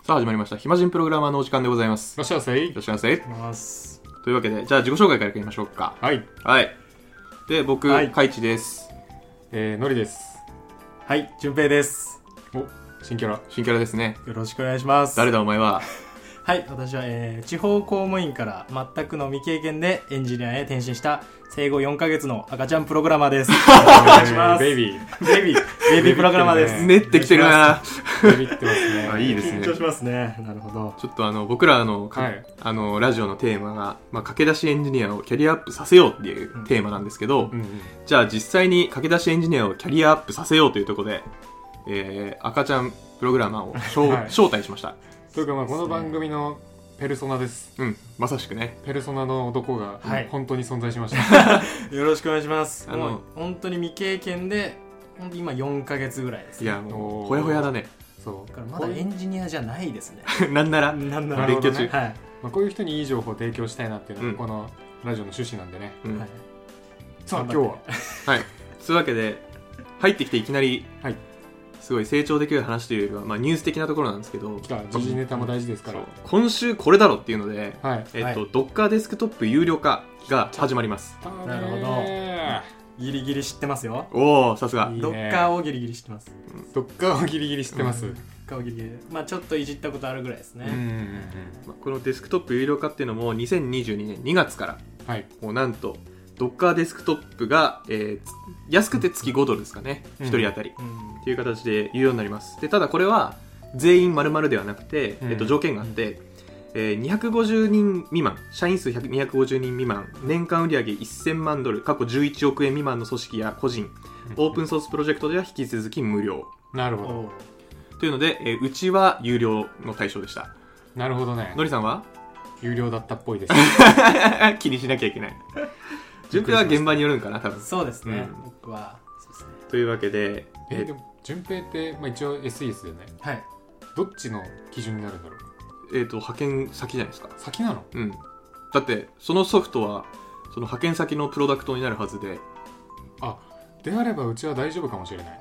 さあ始まりました暇人プログラマーのお時間でございますいらっしゃいませよろしくお願いしますお願いしますというわけでじゃあ自己紹介からいきましょうかはい、はいで僕、はいカイチですえー、のりですはい、淳平です。お新キャラ新キャラですねよろしくお願いします。誰だお前ははい、私は、えー、地方公務員から全くの未経験でエンジニアへ転身した生後4ヶ月の赤ちゃんプログラマーです。よろし くお願いします。ベイビーベイビー。ベイビープログラマーでうす。ん練ってきてるなベイビーってますねあいいですね 緊張しますね。なるほど。ちょっとあの僕らの,、はいあのラジオのテーマが、まあ、駆け出しエンジニアをキャリアアップさせようっていうテーマなんですけど、うんうんじゃあ実際に駆け出しエンジニアをキャリアアップさせようというところで、えー、赤ちゃんプログラマーを招,、はい招待しましたというかまあこの番組のペルソナですうんまさしくねペルソナの男がはい本当に存在しました、よろしくお願いします。あのもう本当に未経験で、本当に今4ヶ月ぐらいです、いね。やもうおーほやほやだね そうだからまだエンジニアじゃないです ね。なんならなんななら。る勉ほ強ど中、ねはい。まあ、こういう人にいい情報を提供したいなっていうのが、うんこのラジオの趣旨なんでねうんはいさあ頑今張日はっはいそういうわけで入ってきていきなり、はいすごい成長できる話というよりは、まあ、ニュース的なところなんですけど来た時事ネタも大事ですからそう今週これだろっていうのではいえっと、は Docker デスクトップ有料化が始まります。なるほどギリギリ知ってますよ。おお、さすが。いいねロッカーをギリギリ知ってます。どっかをギリギリ知ってます、ううんん顔ギリギリまあちょっといじったことあるぐらいですうんうんね、まあこのデスクトップ有料化っていうのも2022年2月から、うん、はいもうなんと、Docker デスクトップが、えーつ安くて月5ドルですかね、うん1人当たり。っうんていう形で有料になります。で、ただこれは全員丸々ではなくて、うんえっと、条件があって、えー250人未満、社員数100 250人未満、年間売上1000万ドル、過去11億円未満の組織や個人、オープンソースプロジェクトでは引き続き無料。なるほどおうというので、えーうちは有料の対象でしたなるほどねのりさんは 有料だったっぽいです気にしなきゃいけない順平は現場によるんかな多分そうですね、うん僕はそうですねというわけで、ええーでも順平って、まあ、一応 SES だよねはいどっちの基準になるんだろうえーと派遣先じゃないですか先なのうんだってそのソフトはその派遣先のプロダクトになるはずでであればうちは大丈夫かもしれない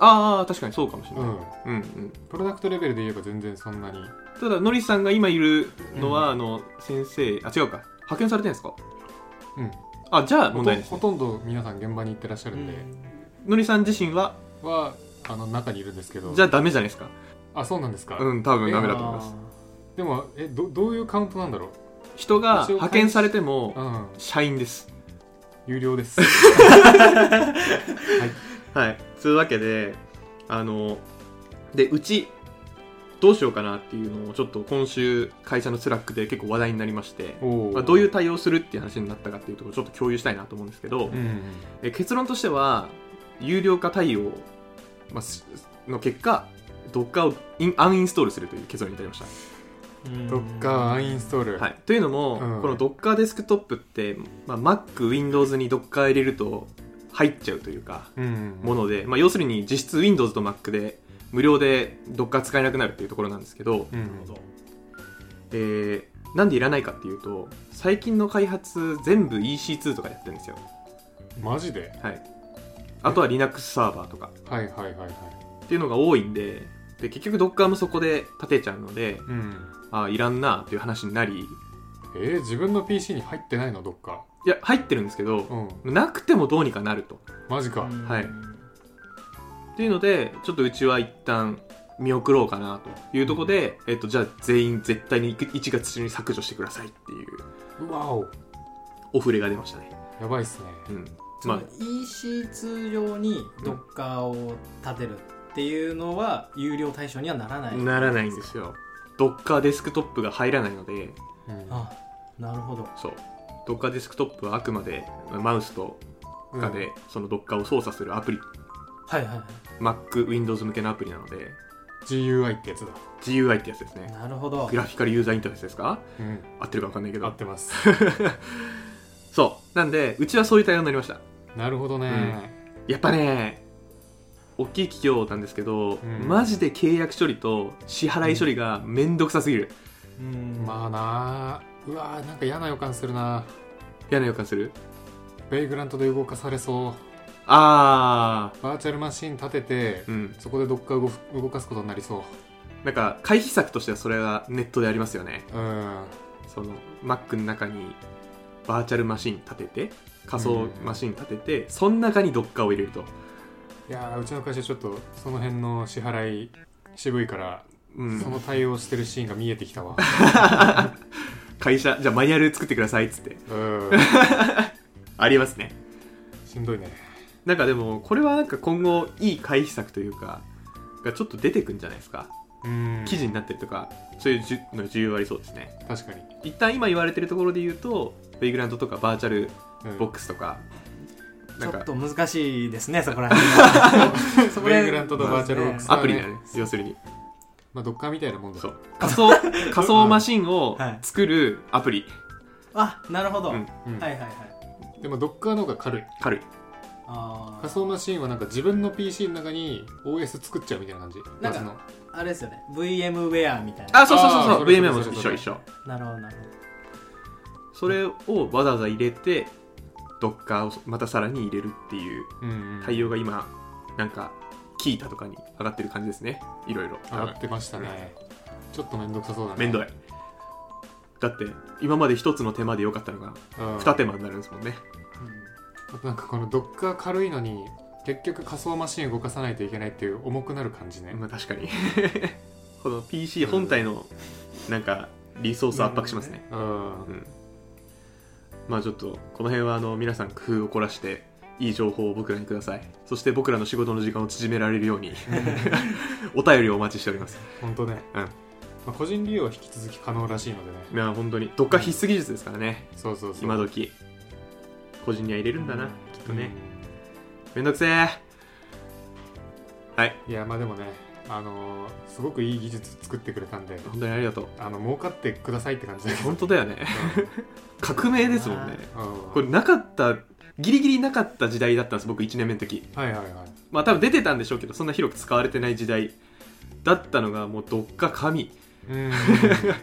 ああ確かにそうかもしれなうい、んうんうん、プロダクトレベルで言えば全然そんなにただのりさんが今いるのは、あの先生あ違うか派遣されてるんですかうんあじゃあ問ほと題んですほとんど皆さん現場に行ってらっしゃるんで、のりさん自身ははあの中にいるんですけどじゃあダメじゃないですかあそうなんですか、うん多分ダメあだと思いますでもえどどういうカウントなんだろ人が一応派遣されてもううん社員です有 料ですはいつうわけであのでうちどうしようかなっていうのをちょっと今週会社のスラックで結構話題になりまして、お、まあ、どういうう対応するっていう話になったかっていうところをちょっと共有したいなと思うんですけど、うんうん、え結論としては有料化対応、まあすの結果 Docker をインアンインストールするという結論に至りましたうんどっかアンインストール、はい、というのも、うんこの Docker デスクトップって、まあ、Mac、Windows に Docker 入れると入っちゃうというかうんもうん、ので、まあ、要するに実質 Windows と Mac で無料で Docker 使えなくなるっていうところなんですけど、うんうなるほんどえーなんでいらないかっていうと最近の開発全部 EC2 とかやってるんですよ、マジではい、あとは Linux サーバーとかはいはいはいはいっていうのが多いんでで結局 Docker もそこで立てちゃうのでうんあーいらんなっていう話になりえー、自分の PC に入ってないのどっかいや入ってるんですけどうんなくてもどうにかなるとマジか、うんはいっていうのでちょっとうちは一旦見送ろうかなというところで、えっと、じゃあ全員絶対に1月中に削除してくださいっていううわおお触れが出ましたね、やばいっすねうん、そまのあ EC2 用にドッカーを立てるっていうのは有料対象にはならないならないんですよ Docker デスクトップが入らないのでうんあなるほどそう Docker デスクトップはあくまでマウスとかで、その Docker を操作するアプリはいはいは Mac、Windows 向けのアプリなので GUI ってやつだ、 GUI ってやつですいねなるほどグラフィカルユーザーインターフェースですかうん、合ってるか分かんないけ合どってますそうなんでうちはそういう対応になりましたなるほどね、やっぱね大きい企業なんですけど、うんマジで契約処理と支払い処理がめんどくさすぎる、うんまあなあうわーなんか嫌な予感するな嫌な予感するベイグラントで動かされそあうバーチャルマシン立てて、ーうんそこでどっか動動かすことになりそうなんか回避策としてはそれはネットでありますよねうんその Mac の中にバーチャルマシン立てて仮想マシン立ててその中にドッカーを入れると、いやーうちの会社ちょっとその辺の支払い渋いから、うん、その対応してるシーンが見えてきたわ会社じゃあマニュアル作ってくださいっつって うんありますねしんどいねなんかでもこれはなんか今後いい回避策というかがちょっと出てくんじゃないですかうん記事になったりとかそういうじゅの需要ありそうですね確かに、一旦今言われてるところで言うとフェイグラントとかバーチャルうんボックスとか、ちなょんかっと難しいですね、そこ ら辺ウェイグラントとバーチャルボックスアプリだね要するにまあ、ドッカーみたいなもんだそう仮想仮想マシンをはい作るアプリ、あ、なるほど。うはんいうんはいはい。でもドッカーの方が軽い軽いあ仮ー想マシンはなんか自分の PC の中に OS 作っちゃうみたいな感じなん夏かのあれですよね。VMware みたいな。あそうそうそうあーそうそれそれ VMM もそれ一そ緒れ一緒なるほど、なるほど。それをわざわざ入れてドッカーをまたさらに入れるっていううんうん対応が今なんかキータとかに上がってる感じですねいろいろ上がってましたね、ちょっと面倒くさそうだねめんどいだって今まで一つの手間でよかったのがうん二手間になるんですもんねあとなんかこのドッカー軽いのに結局仮想マシン動かさないといけないっていう重くなる感じね、まあ確かに この PC 本体のなんかリソースを圧迫しますねうんうんまあちょっとこの辺はあの皆さん工夫を凝らしていい情報を僕らにくださいそして僕らの仕事の時間を縮められるようにお便りをお待ちしております本当ね、うんまあ、個人利用は引き続き可能らしいのでねいや本当にどっか必須技術ですからねそうそうそう今時個人には入れるんだな、うんきっとね、めんどくせえはいうんいやまあでもねあのーすごくいい技術作ってくれたんで本当にありがとうあの儲かってくださいって感じだけど本当だよね 革命ですもんねうんこれなかったギリギリなかった時代だったんです僕1年目の時はいはいはいまあ多分出てたんでしょうけどそんな広く使われてない時代だったのがもうどっか神うん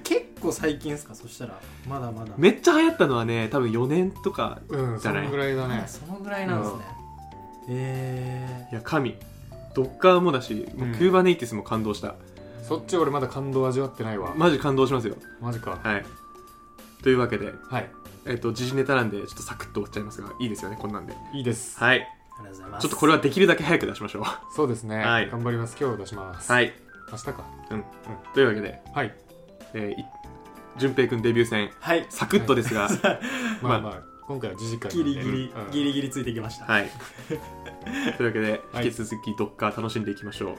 結構最近ですか、そしたら。まだまだ。めっちゃ流行ったのはね多分4年とかうんじゃそないのぐらいだあねそのぐらいなんですね。えいや神ドッカーもだし、もううんクーバネイティスも感動したそっち俺まだ感動味わってないわマジ感動しますよマジかはいというわけではいえっ、と時事ネタなんでちょっとサクッと終わっちゃいますがいいですよねこんなんでいいですはいー、ありがとうございます。ちょっとこれは。はできるだけ早く出しましょうはそうですね、はい頑張ります今日出しますい明日かというわけではいえーい、順平くんデビュー戦はい。サクッとですが、まあまあ今回は時事会 ギリギリ、うんギリギリついてきました。はい。というわけで、はい引き続きドッカー楽しんでいきましょう。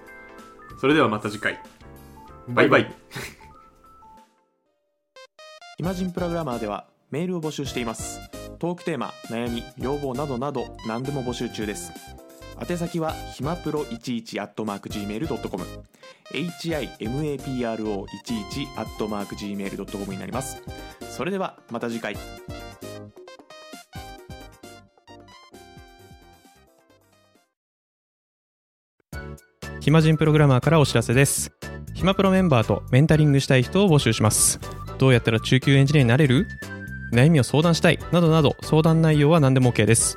それではまた次回。バイバイ。イマジンプログラマーではメールを募集していますトークテーマ悩み要望などなど何でも募集中です宛先はひまプロ11 at mark gmail.com himapro11 at mark gmail.com になりますそれではまた次回暇人プログラマーからお知らせです暇プロメンバーとメンタリングしたい人を募集しますどうやったら中級エンジニアになれる悩みを相談したいなどなど相談内容は何でも OK です